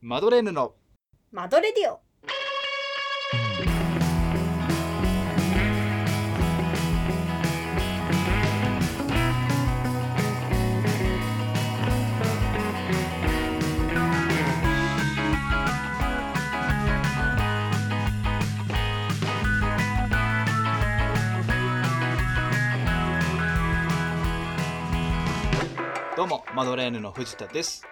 マドレーヌのマドレディオどうもマドレーヌの藤田です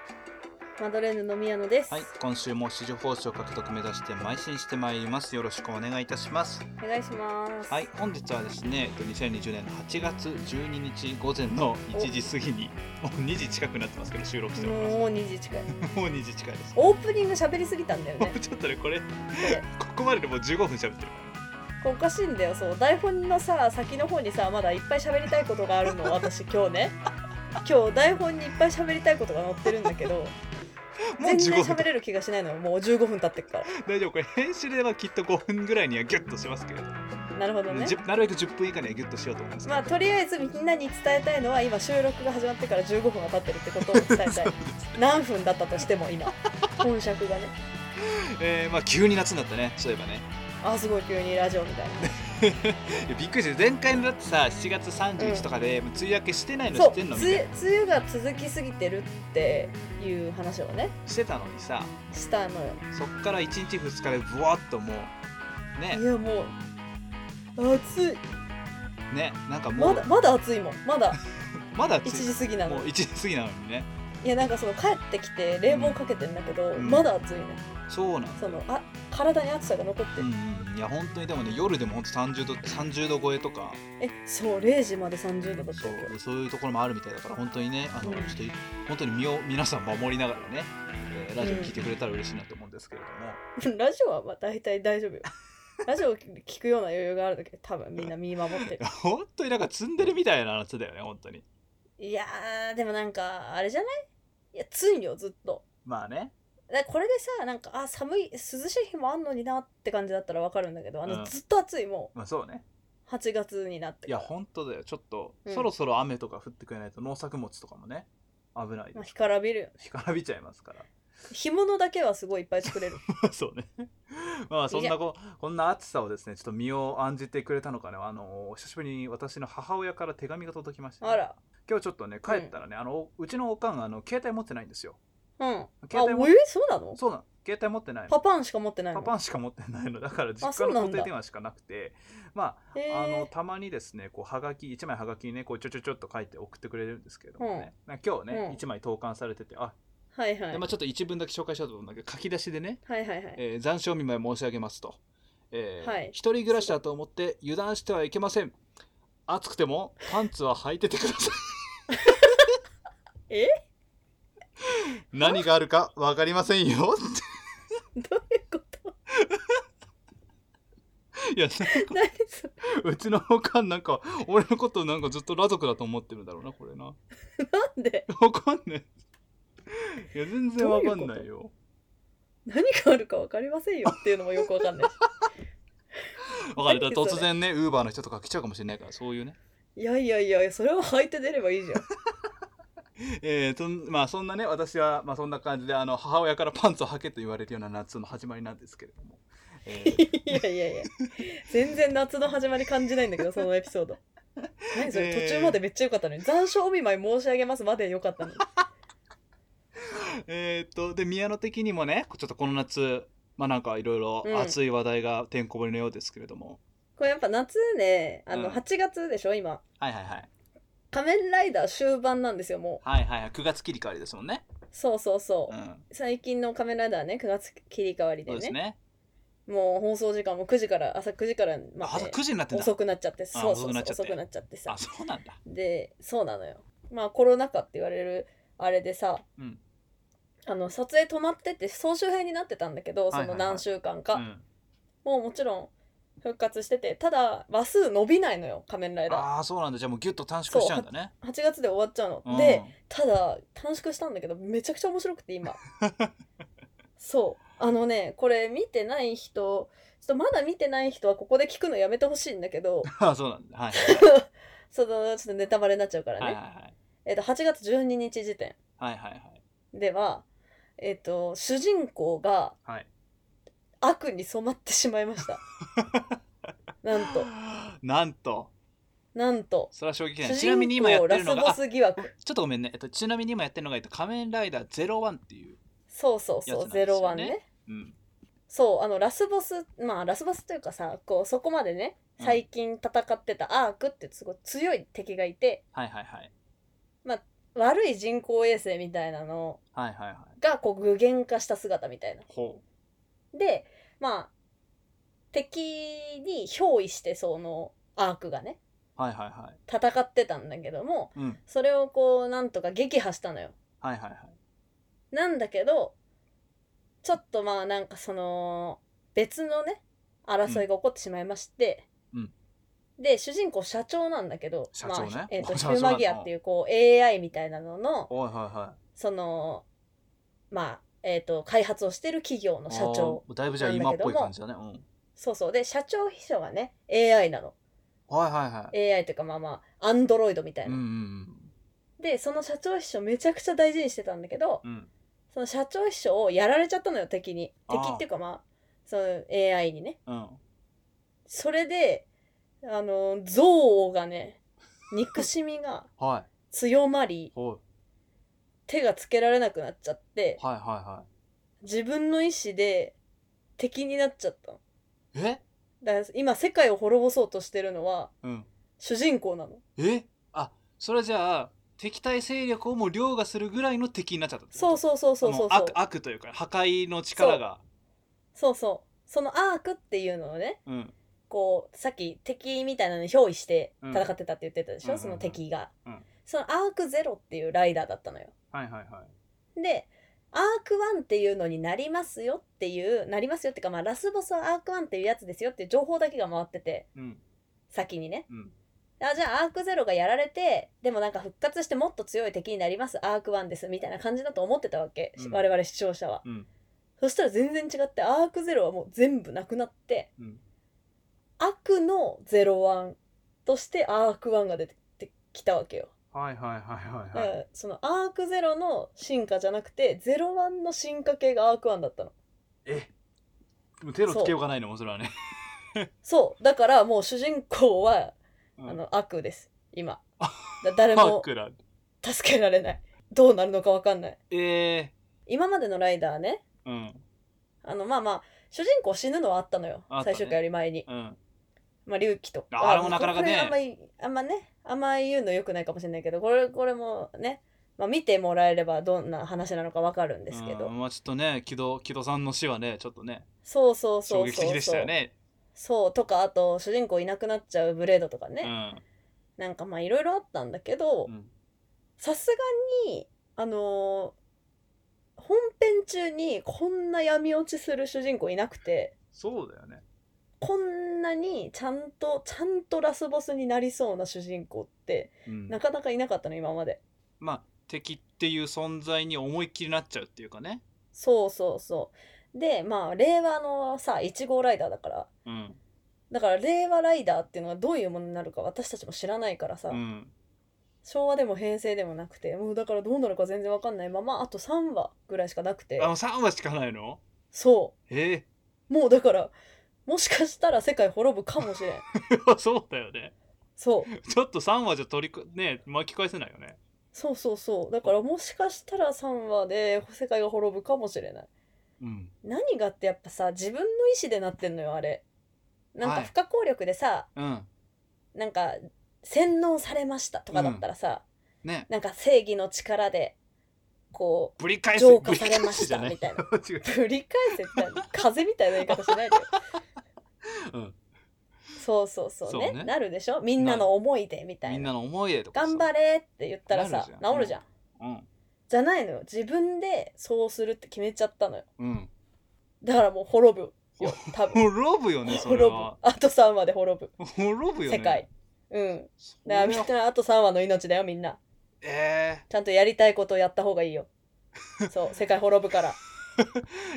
マドレーヌの宮野です、はい今週も市場報酬獲得目指して邁進してまいりますよろしくお願いいたしますお願いしますはい本日はですねえっと2020年の8月12日午前の1時過ぎにもう2時近くなってますけど収録しておりますもう2時近いもう2時近いですオープニング喋りすぎたんだよもねうちょっとねこれれここまででもう15分喋ってるおかしいんだよそう台本のさ先の方にさまだいっぱい喋りたいことがあるの私今日ね今日台本にいっぱい喋りたいことが載ってるんだ けどもう全然15分喋れる気がしないのよもう15分経ってくか大丈夫これ編集ではきっと5分ぐらいにはギュッとしますけれど、らなるほどねじゅなるべく10分以下にはギュッとしようと思いますまあとりあえずみんなに伝えたいのは今収録が始まってから15分は経ってるってことを伝えたい 何分だったとしても今本尺がねえー、まあ急に夏になったねそういえばねあすごい急にラジオみたいいやびっくりして前回のだってさ7月30日とかで、もう梅雨明けしてないなのそしうてん梅のみたいな雨梅雨が続きすぎてるっていう話をねしてたのにさしたのよそっから1日2日でブワッともうねいやもう暑いねなんかもまうだまだ暑いもんまだまだ 1暑い時過ぎなものう1時過ぎなのにねいやなんかその帰ってきて冷房かけてんだけど、うんまだ暑いねそうなんだそのあ体に暑さが残ってうる、んうんいや本当にでもね夜でも本当30度30度超えとかえそう0時まで30度だったそよ今うそういうところもあるみたいだから本当にねあのうんちょっと本当に身を皆さん守りながらね、えーラジオ聞いてくれたら嬉しいなと思うんですけれども、日 ラジオはまあ大体大丈夫よラジオ聞くような余裕があるんだけど多分みんな見守ってい るや本当になんか積んでるみたいな夏だよね本当にいやーでもなんかあれじゃないいや暑いよずっとまあねだこれでさなんかあ寒い涼しい日もあんのになって感じだったらわかるんだけどあの、うんずっと暑いもまあそうねう8月になっていかやら本当だよちょっと、うんそろそろ雨とか降ってくれないと農作物とかもね危ないまあ、です干からびるよね干からびちゃいますから 干物だけはすごいいっぱい作れるそうね まあそんなここんな暑さをですねちょっと身を案じてくれたのかねあの久しぶりに私の母親から手紙が届きましたね、あら今日ちょっとね帰ったらね、あのうちのおかんがあの携帯持ってないんですようんあ携帯もお湯そうなのそうなの携帯持ってないのパパンしか持ってないパのパンしか持ってないのだから実そ家うなのんだ固定電話しかなくてまへああのえたまにですねこうはがき1枚はがきにねこうちょちょちょっと書いて送ってくれるんですけれどもね、なんか今日ね、うん一1枚投函されててあ、はいはいでまあ、ちょっと一文だけ紹介しようと思うんだけど書き出しでね、はいはいはいえー残暑見舞い申し上げますと、えーはい一人暮らしだと思って油断してはいけません暑くてもパンツは履いててください え何があるか分かりませんよどういうこと いやなんか何それうちのおかんなんか俺のことなんかずっと裸族だと思ってるんだろうなこれななんでわかんないいや全然わかんないよ 何があるか分かりませんよっていうのもよく分かんないしわかるだ何からそ突れ然ねウーバーの人とか来ちゃうかもしれないからそういうねいやいやいやそれは履いて出ればいいじゃんえー、そんまあそんなね私は、まあ、そんな感じであの母親からパンツを履けと言われるような夏の始まりなんですけれども、えー いやいやいや全然夏の始まり感じないんだけどそのエピソード何それ、えー途中までめっちゃ良かったのに残暑お見舞い申し上げますまで良かったのにえーっとで宮野的にもねちょっとこの夏まあなんかいろいろうん熱い話題がてんこ盛りのようですけれども、これやっぱ夏ねあのうん8月でしょ今はいはいはい仮面ライダー終盤なんですよもはいはいはい9月切り替わりですもんね、うそうそうそう、うん、最近の仮面ライダーね9月切り替わりでそうでねすねもう放送時間も9時から朝9時からまあ朝で9時になってんだ遅くなっちゃってそう遅そうくそなうっちゃって遅くなっちゃってさあそうなんだでそうなのよまあコロナ禍って言われるあれでさ、うんあの撮影止まってて総集編になってたんだけはいどはそいはのい何週間か、うん、もうもちろん復活しててただ話数伸びないのよ仮面ライダーああそうなんだじゃあもうギュッと短縮しちゃうんだね8月で終わっちゃうの、うんでただ短縮したんだけどめちゃくちゃ面白くて 今そうあのねこれ見てない人ちょっとまだ見てない人はここで聞くのやめてほしいんだけ どあそうなんだはいそのちょっとネタバレになっちゃうからね、はいはいはいえっと8月12日時点はいはいはいはいではえっと主人公がはい悪に染まってしまいました なんとなんとなんとそれは衝撃的主なちなみ人に今やって公ラるスのボがあちょス疑惑っとごめんね、えっと、ちなみに今やってるのが、えっと、仮面ライダー01っていう、そうそうそやつなうでんすよね01ねうん、そうあのラスボスまあラスボスというかさこうそこまでねうん最近戦ってたアークってすごい強い敵がいてはいはいはい悪い人工衛星みたいなのはいはいはいがこう具現化した姿みたいな。ほでまあ敵に憑依してそのアークがねうはいはいはい戦ってたんだけどもうんそれをこうなんとか撃破したのよ。はいはいはいなんだけどちょっとまあなんかその別のね争いが起こってしまいまして、うんで主人公社長なんだけど社長ねまあえー、と社ヒ長ューマギアっていうこう AI みたいなののおいはいはいそのまあえっ、と開発をしてる企業の社長あーだいぶじゃあ今っぽい感じだねうんそうそうで社長秘書がね AI なのはいはいはい AI というかまあまあアンドロイドみたいうんな、うんうんでその社長秘書めちゃくちゃ大事にしてたんだけど、うんその社長秘書をやられちゃったのよ敵にあー敵っていうかまあその AI にねうんそれであの憎悪がね憎しみがはい強まりほ手がつけられなくなっちゃってうはいは自分の意思で敵になっちゃったのいはいえだから今世界を滅ぼそうとしてるのはうん主人公なのえあそれじゃあ敵対勢力をもう凌駕するぐらいの敵になっちゃったってことそうそうそうそうそうあそのう悪悪というか破壊の力がそうそうそのアークっていうのをねうんこうさっき敵みたいなのに憑依してうん戦ってたって言ってたでしょ、うんうんうんその敵が、うんそのアークゼロっていうライダーだったのよはいはいはいでアークワンっていうのになりますよっていうなりますよっていうか、まあ、ラスボスはアークワンっていうやつですよっていう情報だけが回っててうん先にねうんあじゃあアークゼロがやられてでもなんか復活してもっと強い敵になりますアークワンですみたいな感じだと思ってたわけ、うん我々視聴者はうんそしたら全然違ってアークゼロはもう全部なくなってうん悪のゼロワンとしてアークワンが出てきたわけよ、はいはいはいだはいかはいらそのアークゼロの進化じゃなくてゼロワンの進化系がアークワンだったのえでも手のつけようがないのもそれはねそうだからもう主人公は、うんあの悪です 今あだ誰パもークラ助けられないどうなるのかわかんないえ今までのライダーねーうんあのまあまあ主人公死ぬのはあったのよあったね最終回より前に、うんまあ、龍騎とかああれもなかなかねこれあんまりあんまねあんま言うのよくないかもしれないけどこれこれもね、まあ、見てもらえればどんな話なのかわかるんですけど、うんまあちょっとね木戸木戸さんの死はねちょっとねそうそうそ衝う撃そう的でしそたうよねそうとかあと主人公いなくなっちゃうブレードとかね、なんかまあいろいろあったんだけど、うんうんさすがにあのー本編中にこんな闇落ちする主人公いなくてそうだよねこんなにちゃんとちゃんとラスボスになりそうな主人公ってうんなかなかいなかったの今までまあ敵っていう存在に思いっきりなっちゃうっていうかねそうそうそうでまあ令和のさ1号ライダーだからうんだから令和ライダーっていうのがどういうものになるか私たちも知らないからさ、うん昭和でも平成でもなくてもうだからどうなるか全然わかんないままあと3話ぐらいしかなくてあの3話しかないのそうえもうだからもしかしたら世界滅ぶかもし れんー、そうだよねそう ちょっと3話じゃ取りこね巻き返せないよねそうそうそうだからもしかしたら3話で世界が滅ぶかもしれないうん何がってやっぱさ自分の意思でなってんのよあれなんはかい不可抗力でさ、うんなんか洗脳されましたとかだったらさ、ねなんか正義の力でこぶり返うす浄化されましたぶりみたいな返 すじゃない繰り返せみたい な風みたいな言い方しないでようんそうそうそうそうねねなるでしょみんなの思いでみた違うみいんななの思い出とかさ頑張れって言ったらなさるじゃん治るじゃん、うんじゃないのよ自分でそうするって決めちゃったのようんだからもう滅ぶ よ多分滅ぶよねそ滅れぶはあと3話で滅ぶ滅ぶよね世界うんそだれかはらみんなあと3話の命だよみんなえちゃんとやりたいことをやった方がいいよ そう世界滅ぶからー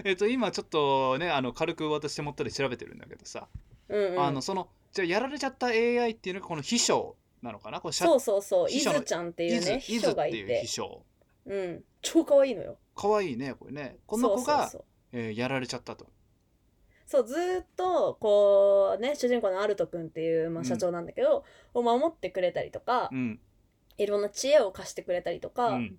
えっと今ちょっとねあの軽く私手元で調べてるんだけどさうん、うん、あのそのじゃあやられちゃった AI っていうのがこの秘書なのかなこれ社そうそうそう秘伊書の豆ちゃんって伊いう豆ね伊秘豆書がっていいうて秘書うん超可愛いのよ可愛いねこれねこの子がそうそうそうえーやられちゃったとそうずーっとこうね主人公のアルト君っていう、まうあ、ん社長なんだけど、を守ってくれたりとか、うんいろんな知恵を貸してくれたりとうかん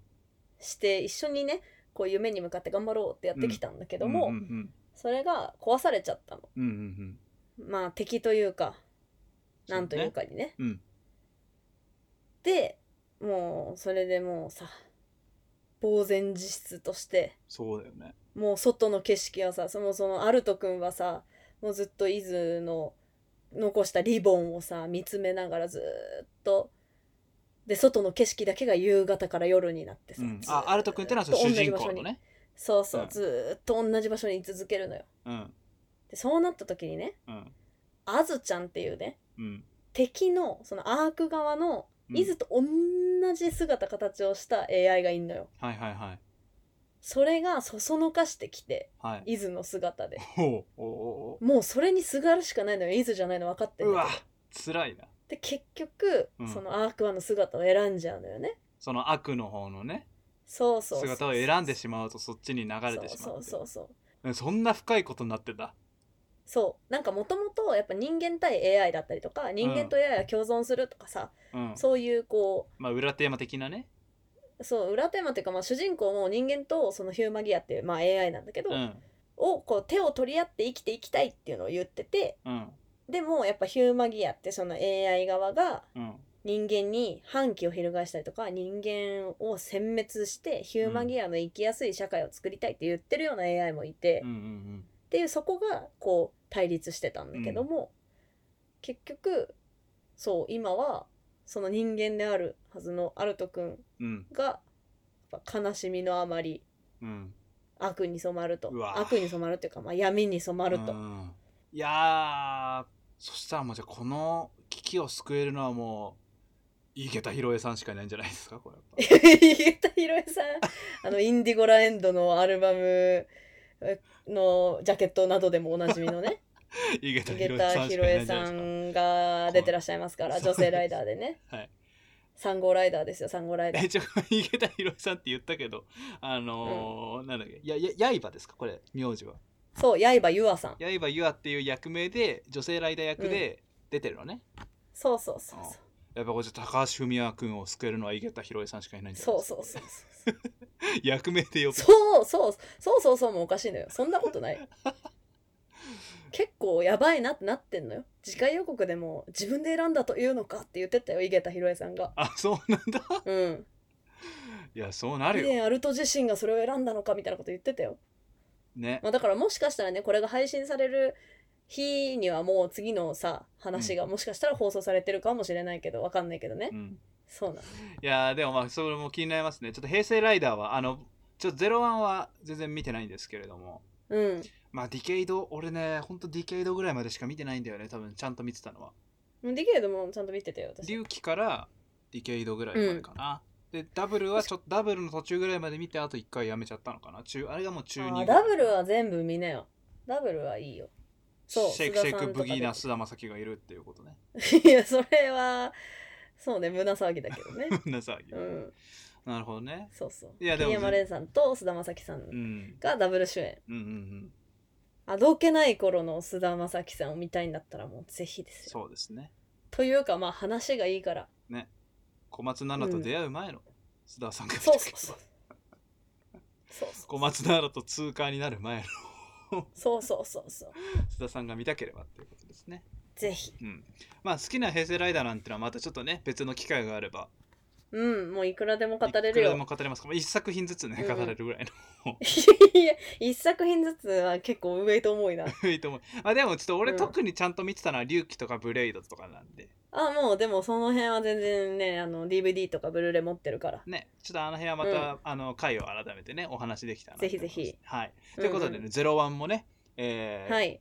して、一緒にねこう夢に向かって頑張ろうってやってきたんだけども、うんうんそれが壊されちゃったのうんうんうんまあ敵というかそうねなんというかにねうんうんでもうそれでもうさ呆然自失としてそうだよねもう外の景色はさそもそもアルト君はさもうずっと伊豆の残したリボンをさ見つめながらずーっとで外の景色だけが夕方から夜になってさ、うんずーっあとアルト君ってのはその主人公同じ場所のにねそうそう、うんずーっと同じ場所に居続けるのようんでそうなった時にねうんアズちゃんっていうねうん敵のそのアーク側のうん伊豆と同じ姿形をした AI がいんのよはいはいはいそれがそそのかしてきてはい伊豆の姿でほうおおうおもうそれにすがるしかないのよ伊豆じゃないの分かってうるうわ辛いなで結局、うんそのアークアの姿を選んじゃうのよねその悪の方のねそうそうそう姿を選んでしまうとそっちに流れてしまそううそうそうそううんそんな深いことになってたそうなんかもともとやっぱ人間対 AI だったりとか人間と AI は共存するとかさ、うんそういうこまあ裏テーマ的なねうそう裏テーマっていうか、まあ、主人公も人間とそのヒューマギアっていう、まあ、AI なんだけど、うんをこう手を取り合って生きていきたいっていうのを言っててうんでもやっぱヒューマギアってその AI 側がうん人間に反旗を翻したりとか人間を殲滅してヒューマギアの生きやすい社会を作りたいって言ってるような AI もいて、うんうっんていうそこがこう対立してたんだけども、結局そう今はその人間であるはずのアルト君うんうんがやっぱ悲しみのあまりうん悪に染まるとうわ悪に染まるっていうか、まあ、闇に染まると、うんいやーそしたらもうじゃあこの危機を救えるのはもう池田博恵さんしかいないんじゃないですかこれやっぱゆうたひろえさんあのインディゴラエンドのアルバムえのジャケットなどでもおなじみのね池田井博恵桁さんし弘かいない恵んじゃないさでんが出てらっしゃいますからそう女性ライダーでねすかはい3号ライダーですよ3号ライダえーちょ池田博恵さんって言ったけどあのーなんだっけやや刃ですかこれ名字はそう刃ゆあさん刃ゆあっていう役名で女性ライダー役で出てるのね、そうそうそうあやっぱこれじゃ高橋文哉君を救えるのは井桁弘恵さんしかいないんじゃないそうですかそうそうそう役名で呼ぶそうそうそうそうそうもうおかしいのよそんなことない結構やばいなってなってんのよ次回予告でも自分で選んだというのかって言ってたよ井桁弘恵さんがあそうなんだうんいやそうなる以前よアルト自身がそれを選んだのかみたいなこと言ってたよ、ねまあ、だからもしかしたらねこれが配信される日にはもう次のさ話がもしかしたら放送されてるかもしれないけどわかんないけどね、うんそうなのいやーでもまあそれも気になりますねちょっと平成ライダーはあのちょっと01は全然見てないんですけれどもうんまあディケイド俺ねほんとディケイドぐらいまでしか見てないんだよね多分ちゃんと見てたのはうんディケイドもちゃんと見てたよ私隆起からディケイドぐらいまでかな、でダブルはちょっとダブルの途中ぐらいまで見てあと1回やめちゃったのかな中あれがもう中あ2ーダブルは全部見なよダブルはいいよそうシェイクシェイ須田さクんとブかギーな出須田まさきがいるっていうことね。 ていやそれはそうね胸騒ぎだけどねなさい。うんなるほどね。そうそういやでも桐山蓮さんと菅田将暉さんうん。がダブル主演うんうんうん。あどけない頃の菅田将暉さんを見たいんだったらもうぜひですよ。そうですね。というかまあ話がいいから。小松菜奈と出会う前の須田さんが、そうそうそう。そうそう小松菜奈と通過になる前の そうそうそうそう。須田さんが見たければっていうことですね。ぜひ。うん。まあ好きな平成ライダーなんてのはまたちょっとね、別の機会があれば、うんもういくらでも語いれくるらでもよ。語れますか。まあ一作品ずつね、うんう語んれるぐらいの。 いや一作品ずつは結構ウエイ ト重いな。いいと思う。まあでもちょっと俺うん特にちゃんと見てたのは、龍騎とかブレイドとかなんで、あもうでもその辺は全然ねあの DVD とかブルーレイ持ってるから。ね、ちょっとあの辺はまた、あの回を改めてね、お話できたらなと思いますぜひぜひはい。ということでんね、んゼロワンもね、えーはい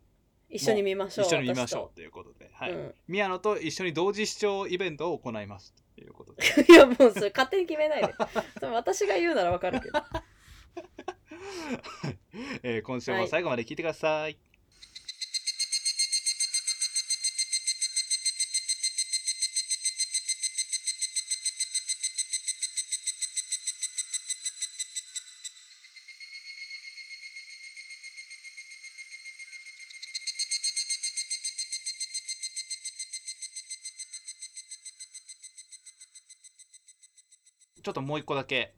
一緒に見ましょう。一緒に見ま私しょとうということで、はいうん宮野と一緒に同時視聴イベントを行いますということで いやもうそれ勝手に決め ないで。それ私が言うならわかるけど。 えー今週も最後まで聞いてください。ちょっともう一個だけ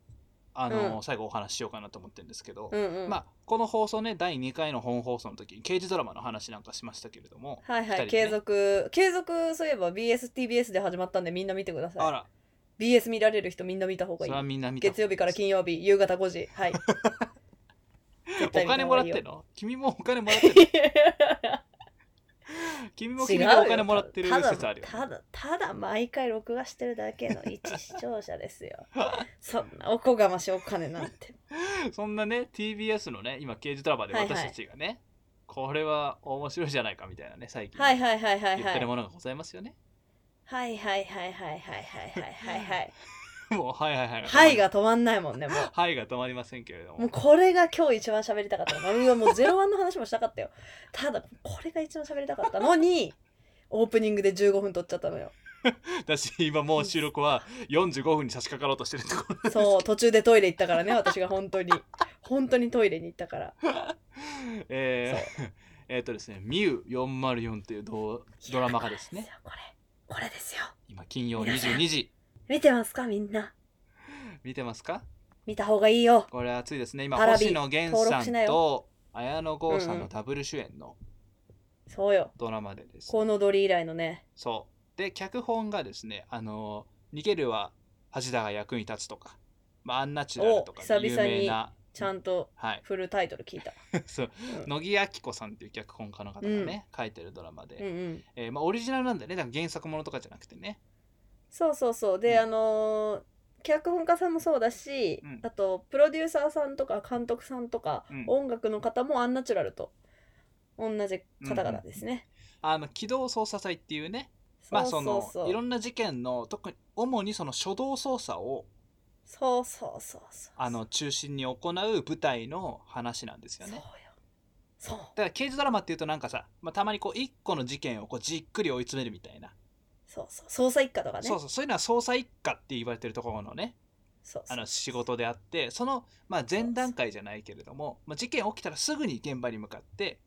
あの、う最後お話ししようかなと思ってるんですけど、うんうんまあ、この放送ね第2回の本放送の時に刑事ドラマの話なんかしましたけれども、はいはい、二人でね継続継続そういえば BSTBS で始まったんでみんな見てくだあさらい BS 見られる人みんな見た方そがいれはいみんな見た月曜日から金曜日夕方5時はい 絶対お見た金方もらがっいいよ てんの君もお金もらってんの君も君でお金もらってる違うよ説あるよねただただただ毎回録画してるだけの一視聴者ですよ そんなおこがましいお金な んてそんなね TBS のね今刑事ドラマではいはい私たちがね、これは面白いじゃないかみたいなね最近はい言はいはいはいっはているものがございますよね、 はいはいはいはいはいはいはいはい はいもうはいはいはいはいが止まんないもんねもうはいが止まりませんけれどもうもこれが今日一番喋りたかったの。うわもうゼロワンの話もしたかったよ。ただ、これが一番喋りたかった のに、オープニングで15分撮っちゃったのよ。私今もう収録は45分に差し掛かろうとしてるところそう、途中でトイレ行ったから ね、私が本当に。本当にトイレに行ったから。 えー、 えーっとですね「ミュー404」っていうドドラマがですね。これ、これですよ。今金曜22時見てますか、みんな。見てますか見た方がいいよ。これ熱いですね今パラビ星野源登さ録しなんとよ綾野剛さんうんうのんダブル主演のそうよ。ドラマでですねコウノドリ以来のね。そう。で、脚本がですね、あの、逃げるは橋田が役に立つとか、まあ、アンナチュラルとかお久で有々に名な、ちゃんとはい、 フルタイトル聞いた。そう うん乃木明子さんっていう脚本家の方がね、書いてるドラマで、うんうん。えーまあ、オリジナルなんだよね、だから原作ものとかじゃなくてね。そうそうそう。で、あのー脚本家さんもそうだし、うんあと、プロデューサーさんとか監督さんとか、うん音楽の方もアンナチュラルと同じ方々ですね。あの、機動捜査隊っていうね、まあ、その、いろんな事件の、特に、主にその初動捜査を、そうそうそうそう。あの、中心に行う舞台の話なんですそようねよ。。そう。だから刑事ドラマっていうとなんかさ、まあ、たまにこう一個の事件をこうじっくり追い詰めるみたいなそうそう。捜査一課とかね。そうそうそういうのは捜査一課って言われてるところのねそうそあうの仕事であってその、まあ、前段階じゃないけれども、まあ、事件起きたらすぐに現場に向かって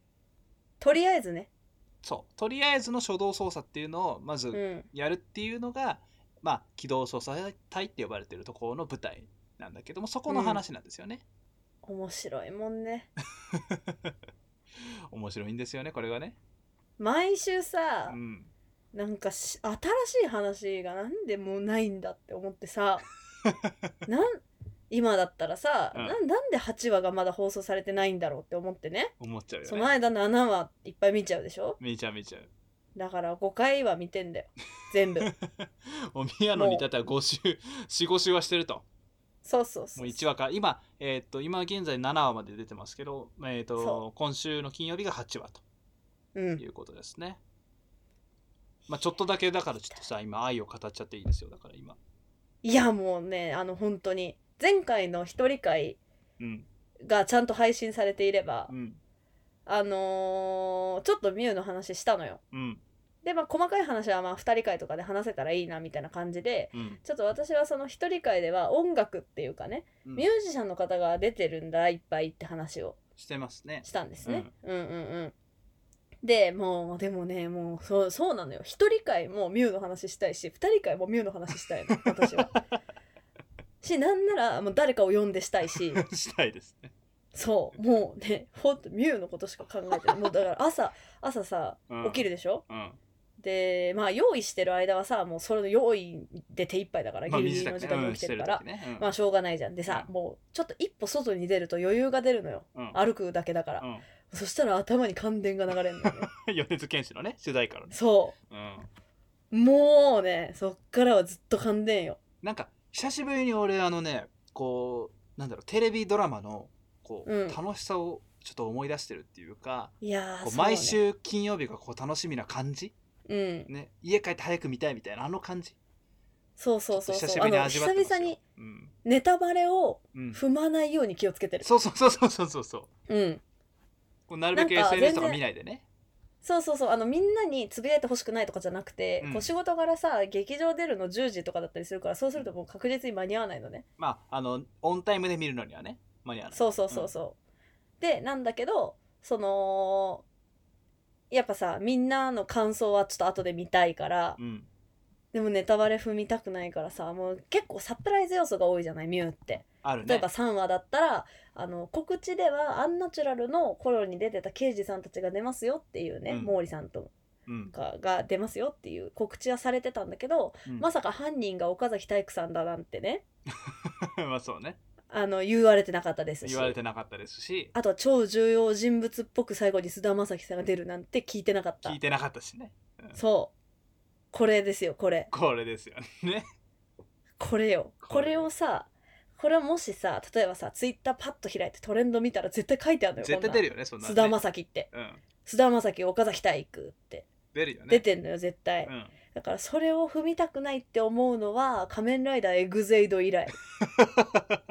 とりあえずね。そうとりあえずの初動捜査っていうのをまうずん。やるっていうのが、まあ、機動捜査隊って呼ばれてるところの舞台なんだけどもそこの話なんですよね、面白いもんね。面白いんですよねこれがね、毎週さう、ん、なんかし新しい話がなんでもうないんだって思っ てさなん今だったらさ、うんななんで8話がまだ放送されてないんだろうって思ってね思っちゃうよそのね間7話いっぱい見ちゃうでしょめちゃめちゃだから5回は見てんだよ 全部お宮の煮立ては5週45週はしてるとそうそうそうもう1話から今、えーっと今現在7話まで出てますけど、えーっそと今週の金曜日が8話うとんいうことですね、まあ、ちょっとだけだからちょっとさ今愛を語っちゃっていいですよだから今いやもうねあの本当に前回の一人会うんがちゃんと配信されていれば、うんあのーちょっとミュウの話したのようんでまあ細かい話はまあ2人会とかで話せたらいいなみたいな感じでうんちょっと私はその一人会では音楽っていうかね、うんミュージシャンの方が出てるんだいっぱいって話をしてますね したんですね。うん、うん、うんうんでもうでもねもうそうそうなのよ一人会もミュウの話したいし二人会もミュウの話し たいの私は。しなんならもう誰かを呼んでしたいししたいですねそうもうねほんとミュウのことしか考えてないもうだから朝朝さうん起きるでしょ、うんでまあ用意してる間はさもうそれの用意で手一杯だからギリギリの時間に起きてるからうんしてる時ねうんまあしょうがないじゃん。でさ、うんもうちょっと一歩外に出ると余裕が出るのよ。うん歩くだけだから。そしたら頭に感電が流れるのよね。うん、 米津玄師のね主題歌のね、そうん、う。もうね、そっからはずっと感電よ。なんか久しぶりに俺あのねこうなんだろうテレビドラマのこう、うん楽しさをちょっと思い出してるっていうかいやー、こうそうね毎。週金曜日がこう楽しみな感じ、うん。ね、家帰って早く見たいみたいなあの感じそうそうそうちょっと久しそう。ぶありにの、味わっ久てますよ々にうんネタバレをうん、踏まないように気をつけてる。そうそうそうそうそうそうそううん。こうなるべくなんか SNS 全と然か見ないでねそうそうそうあのみんなにつぶやいてほしくないとかじゃなくて、うんこう仕事柄さ劇場出るの10時とかだったりするからそうするともう確実に間に合わないのねまああのオンタイムで見るのにはね間に合わないそうそうそうそう。でなんだけどそのやっぱさみんなの感想はちょっと後で見たいからうんでもネタバレ踏みたくないからさもう結構サプライズ要素が多いじゃないミューってあるね例えば3話だったらあの告知ではアンナチュラルの頃に出てた刑事さんたちが出ますよっていうね、うん毛利さんとうんかが出ますよっていう告知はされてたんだけど、うんまさか犯人が岡崎体育さんだなんてね まあそうねあの言われてなかったですし言われてなかったですしあとは超重要人物っぽく最後に菅田将暉さんが出るなんて聞いてなかった聞いてなかったしねそうこれですよこれこれですよねこれよここれれをさこれをもしさ例えばさツイッターパッと開いてトレンド見たら絶対書いてあるのよ絶対出るよねそんなのね菅田将暉ってうん菅田将暉岡崎体育って出るよね出てんのよ絶対、うんだからそれを踏みたくないって思うのは仮面ライダーエグゼイド 以来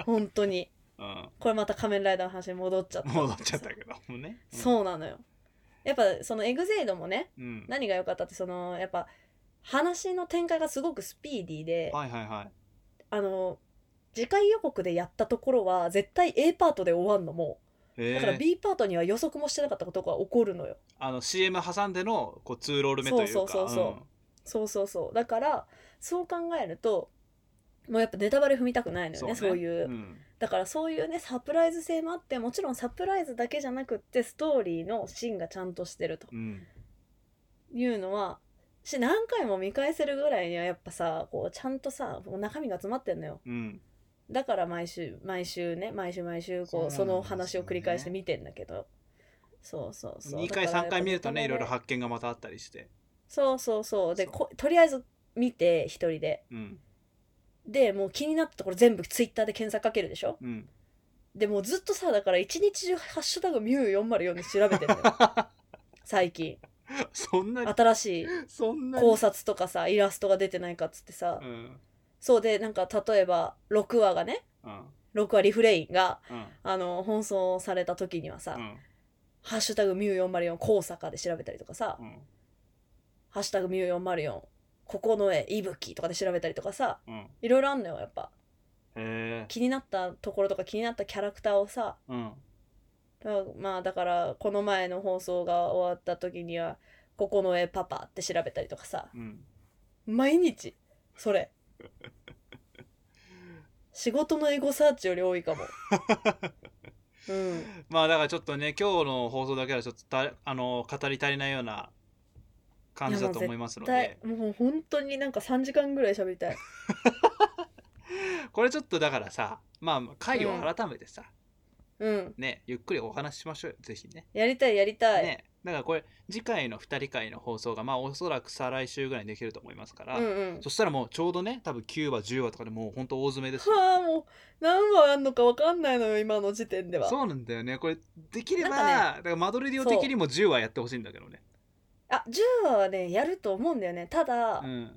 本当にうんこれまた仮面ライダーの話に戻っちゃった戻っちゃったけどもねそうなのよやっぱそのエグゼイドもねうん、うん、何が良かったってそのやっぱ話の展開がすごくスピーディーで、はいはいはいあの次回予告でやったところは絶対 A パートで終わんのもうえだから B パートには予測もしてなかったことが起こるのよあの CM 挟んでのこうツーロール目というかそうそうそうそうそうそうそうだからそう考えるともうやっぱネタバレ踏みたくないのよねそういう、んだからそういうねサプライズ性もあってもちろんサプライズだけじゃなくってストーリーの芯がちゃんとしてるとうんいうのはし何回も見返せるぐらいにはやっぱさこうちゃんとさもう中身が詰まってんのようんだから毎週毎週ね毎週毎週こうそそうなんのですよね話を繰り返して見てんだけどそうそうそう2回だから3回見るとねいやろっいぱろ発見がまたあったりしてそうそうそうでそうことりあえず見て一人でうんでもう気になったところ全部ツイッターで検索かけるでしょ うんでもうずっとさだから一日中「ハッシュタグミュー404」で調べてんの よ最近そんなに新しいそんなに考察とかさイラストが出てないかっつってさ、うんそうでなんか例えば6話がねうん6話リフレインがうんあの放送された時にはさ、うんハッシュタグミュー404高坂で調べたりとかさ、うんハッシュタグミュー404ここの絵息吹とかで調べたりとかさ、うんへいろいろあんのよ、やっぱ。え気になったところとか気になったキャラクターをさ、うんだまあだから、この前の放送が終わった時には、ここの絵パパって調べたりとかさ、うん毎日、それ。仕事のエゴサーチより多いかも。うん。まあだからちょっとね今日の放送だけはちょっとたあの語り足りないような感じだと思いますのだいでもう本当になんか3時間ぐらい喋りたい。これちょっとだからさまあ回を改めてさ、うん。ねゆっくりお話ししましょうよぜひねやりたい、やりたい。ねだからこれ次回の2人会の放送がまあおそらく再来週ぐらいにできると思いますから、うんうん。そしたらもうちょうどね多分9話10話とかでもうほんと大詰めですよはあもう何話あんのか分かんないのよ今の時点ではそうなんだよねこれできれば、なんだからマドレディオ的にも10話やってほしいんだけどねあ10話はねやると思うんだよねただ、うん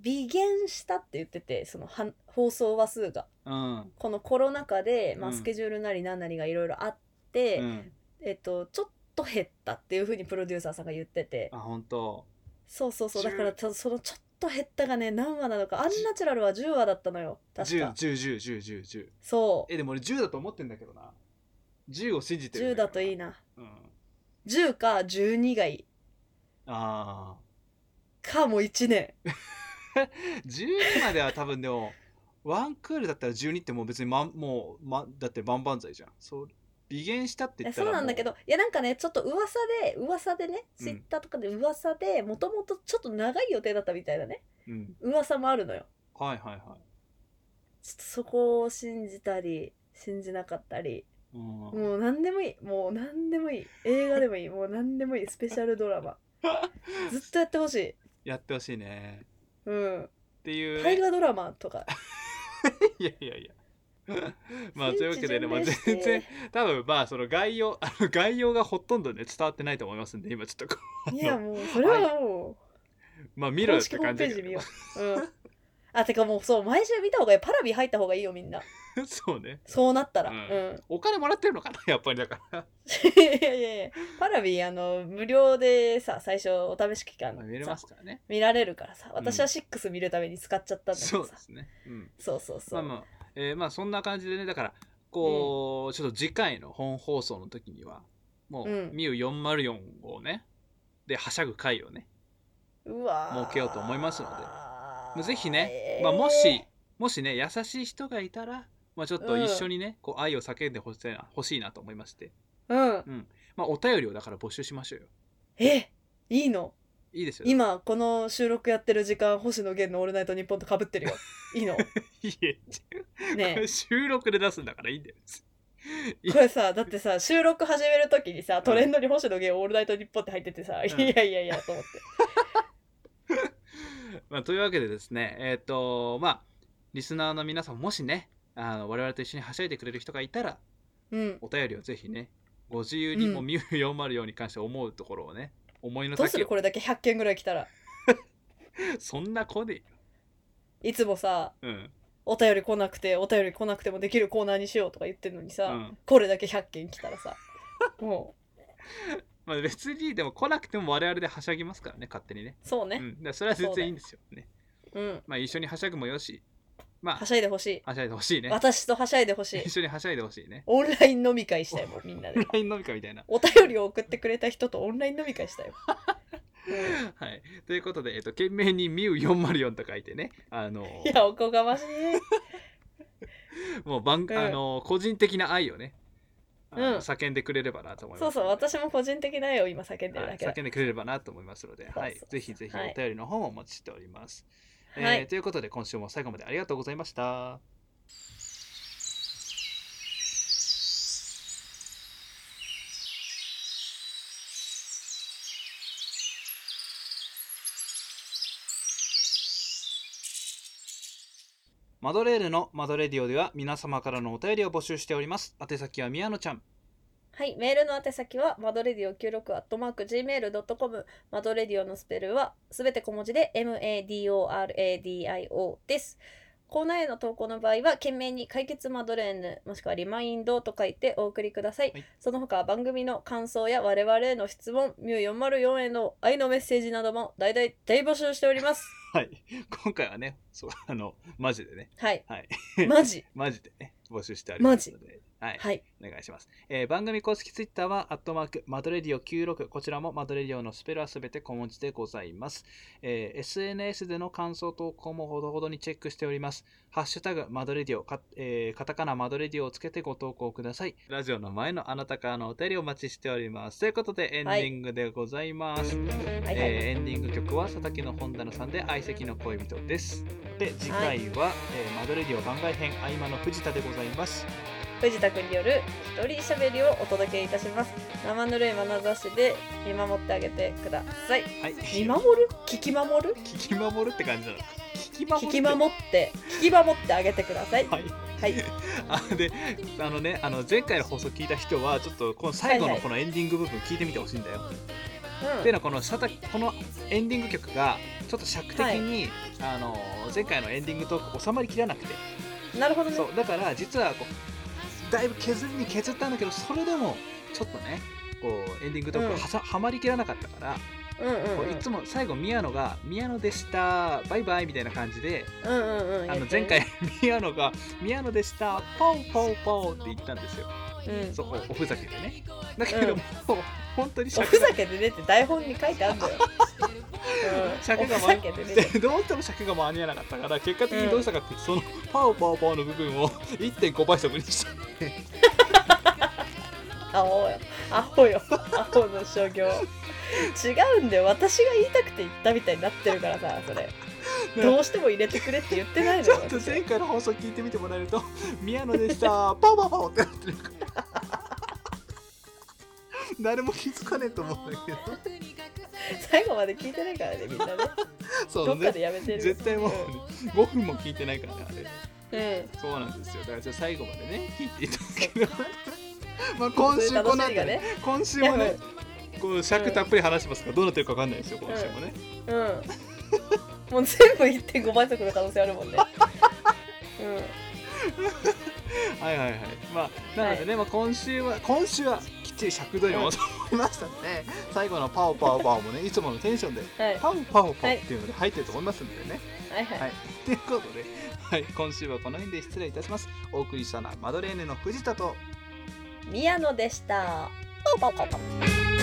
微減したって言っててそのは放送話数がうんこのコロナ禍で、まうあ、んスケジュールなりなんなりがいろいろあって、うんえっとちょっと減ったっていうふうにプロデューサーさんが言っててあ本当そうそうそう10だからたそのちょっと減ったがね何話なのかアンナチュラルは10話だったのよ確1010101010かそえでも俺10だと思ってんだけどな10を信じうてる10んだだけどといいな、なうん、 10か12がいいあかもう1年あ10までは多分でもワンクールだったら12ってもう別にまんもう、ま、だって万々歳じゃんそう微減したってい言やったそらうなんだけどいやなんかねちょっと噂で噂でねうんツイッターとかで噂でもともとちょっと長い予定だったみたいなねもううん、噂もあるのよはいはいはいちょっとそこを信じたり信じなかったりうんもう何でもいいもう何でもいい映画でもいいもう何でもいいスペシャルド ラマずっとやってほしいやってほしいねうんっていうね、大河ドラマとか いやいやい やまあというわけでね、まあ、聖地巡全礼して然多分まあその概要あの概要がほとんどね伝わってないと思いますんで今ちょっとこういやもうそれはもうまあう見ろよ公っ式てホー感じだけムページ見どよう、うん、あてかもうそう毎週見た方がいいパラビ入った方がいいよみんな そうねそうなったらうんうんお金もらってるのかなやっぱりだからいやいやいやパラビあの無料でさ最初お試し期間まあ見れさますからね見られるからさん私は6見るために使っちゃったんだけそどうさで、すねうんそうそうそまう、あまあ、えーまあそんな感じでねだからこう、ちょっと次回の本放送の時にはもう、うんミュ404をねではしゃぐ回をねうわー儲けようと思いますのでまあぜひね、えーまあ、もしもしね優しい人がいたら、まあ、ちょっと一緒にね、こう愛を叫んでほしいな欲しいなと思いまして、うんまあ、お便りをだから募集しましょうよえいいのいいですよ今この収録やってる時間星野源の「オールナイトニッポン」とかぶ ってるよいいの いえねえ収録で出すんだからいいんだよいこれさだってさ収録始める時にさトレンドに星野源「オールナイトニッポン」って入っててさ、うんいやいやいやと思って まあ、というわけでですね、えっ、と、まあ、リスナーの皆さん、もしね、あの我々と一緒にはしゃいでくれる人がいたら、うんお便りをぜひね、ご自由にうんもみゆ404に関して思うところをね、思いのどうす丈るをこれだけ100件ぐらい来たらそんな子でいいよ。いつもさうん。お便り来なくてお便り来なくてもできるコーナーにしようとか言ってるのにうさ、ん。これだけ100件来たらさもまあ、別に、でも来なくても我々ではしゃぎますからね、勝手にね。うそううねん。だからそれは全然いいんですよ。ね。うん、まあ、一緒にはしゃぐもよし、まあ、ははしゃいでほしいしゃいでほしいね。私とはしゃいでほしい一緒にはしゃいでほしいね。オンライン飲み会したいもんみんなで LINE 飲み会みたいな。お便りを送ってくれた人とオンライン飲み会したいもん、うんはい。ということで、えっ、と、懸命にみゆ404と書いてね、あのいや、おこがましい。もう番、うんあの個人的な愛をね、あのうん叫んでくれればなと思いそまうすそう、ので。私も個人的な絵を今叫んでるはいだけだ。叫んでくれればなと思いますので、そうはいそう、ぜひぜひはいお便りの方もお待ちしております。はえーい、ということで、今週も最後までありがとうございました。マドレールのマドレディオでは皆様からのお便りを募集しております。宛先は宮野ちゃん。はい、メールの宛先は、マドレディオ96アットマーク Gmail.com。マドレディオのスペルは、すべて小文字で MADORADIO です。コーナーへの投稿の場合は、懸命に解決マドレーヌ、もしくはリマインドと書いてお送りください。はいその他、番組の感想や我々への質問、ミュー404への愛のメッセージなども大々大募集しております。はい。今回はね、そう、あの、マジでね、はい。はいマジ。マジでね、募集しておりますので、 はい、はい。お願いします。えー番組公式ツイッターは、アットマーク、マドレディオ96、こちらもマドレディオのスペルはすべて小文字でございます。えー SNS での感想投稿もほどほどにチェックしております。ハッシュタグ、マドレディオ、かえーカタカナマドレディオをつけてご投稿ください。ラジオの前のあなたからのお便りをお待ちしております。ということで、エンディングでございます。はいはい。えーエンディング曲は佐竹の本棚さんで「相席の恋人」です。で次回は、えーマドレディオ番外編合間の藤田でございます。藤田くんによる一人喋りをお届けいたします生ぬるい眼差しで見守ってあげてくださいはい。見 聞守る聞き守るき守るって感じなの。聞き守る聞って。き守って聞き守ってあげてくださいはい。 はいあであのねあの前回の放送聞いた人はちょっとこの最後はのいはいこのエンディング部分聞いてみてほしいんだよ。ってういうんのはこの佐竹このエンディング曲がちょっと尺的に、あの前回のエンディングトーク収まりきらなくて。なるほどねそうだから実はこうだいぶ削りに削ったんだけどそれでもちょっとねこうエンディングとかうんはさ、はまりきらなかったから、うんうんこうんういつも最後宮野が「宮野でしたバイバイ」みたいな感じで、うんうんうんあやのって前る回 宮野が「宮野でしたポンポンポン」って言ったんですようんそうおおふざけでねだけども、本当にお尺ふがざけで出て台本に書いてあるんだ よ、うん、お尺がふ回ざっけで出 てどうしても尺が間に合わなかったから結果的にどうしたかって、その「パオパオパオ」の部分を1.5倍速にしたアホよアホよアホの所業違うんだよ私が言いたくて言ったみたいになってるからさ それどうしても入れてくれって言ってないのちよょっと私前回の放送聞いてみてもらえると 「宮野で したパオパオパオ」ってなってる 誰も気づかねえと思うんだけど最後まで聞いてないからねみんなねそどうっかねでやめてる絶対もうね、5分も聞いてないからねあれうん、うんそうなんですよだからちょっと最後までね聞いていただけ ればまあ今週このそう後いう楽しみがねね今週もねこう尺たっぷり話しますからどうなってるかわかんないですよ今週もね、うんもう全部1.5倍速の可能性あるもんねはいはいはいまあなのでね、まあ、今週は今週はきっちり尺度に 戻りましたので、最後の「パオパオパオ」もねいつものテンションでうん、はい、パンパオパはンいっていうので入ってると思いますんでね。はいはいはい。ということで、はい、今週はこの辺で失礼いたします。お送りしたのはマドレーヌの藤田と宮野でしたパオパオパオパオ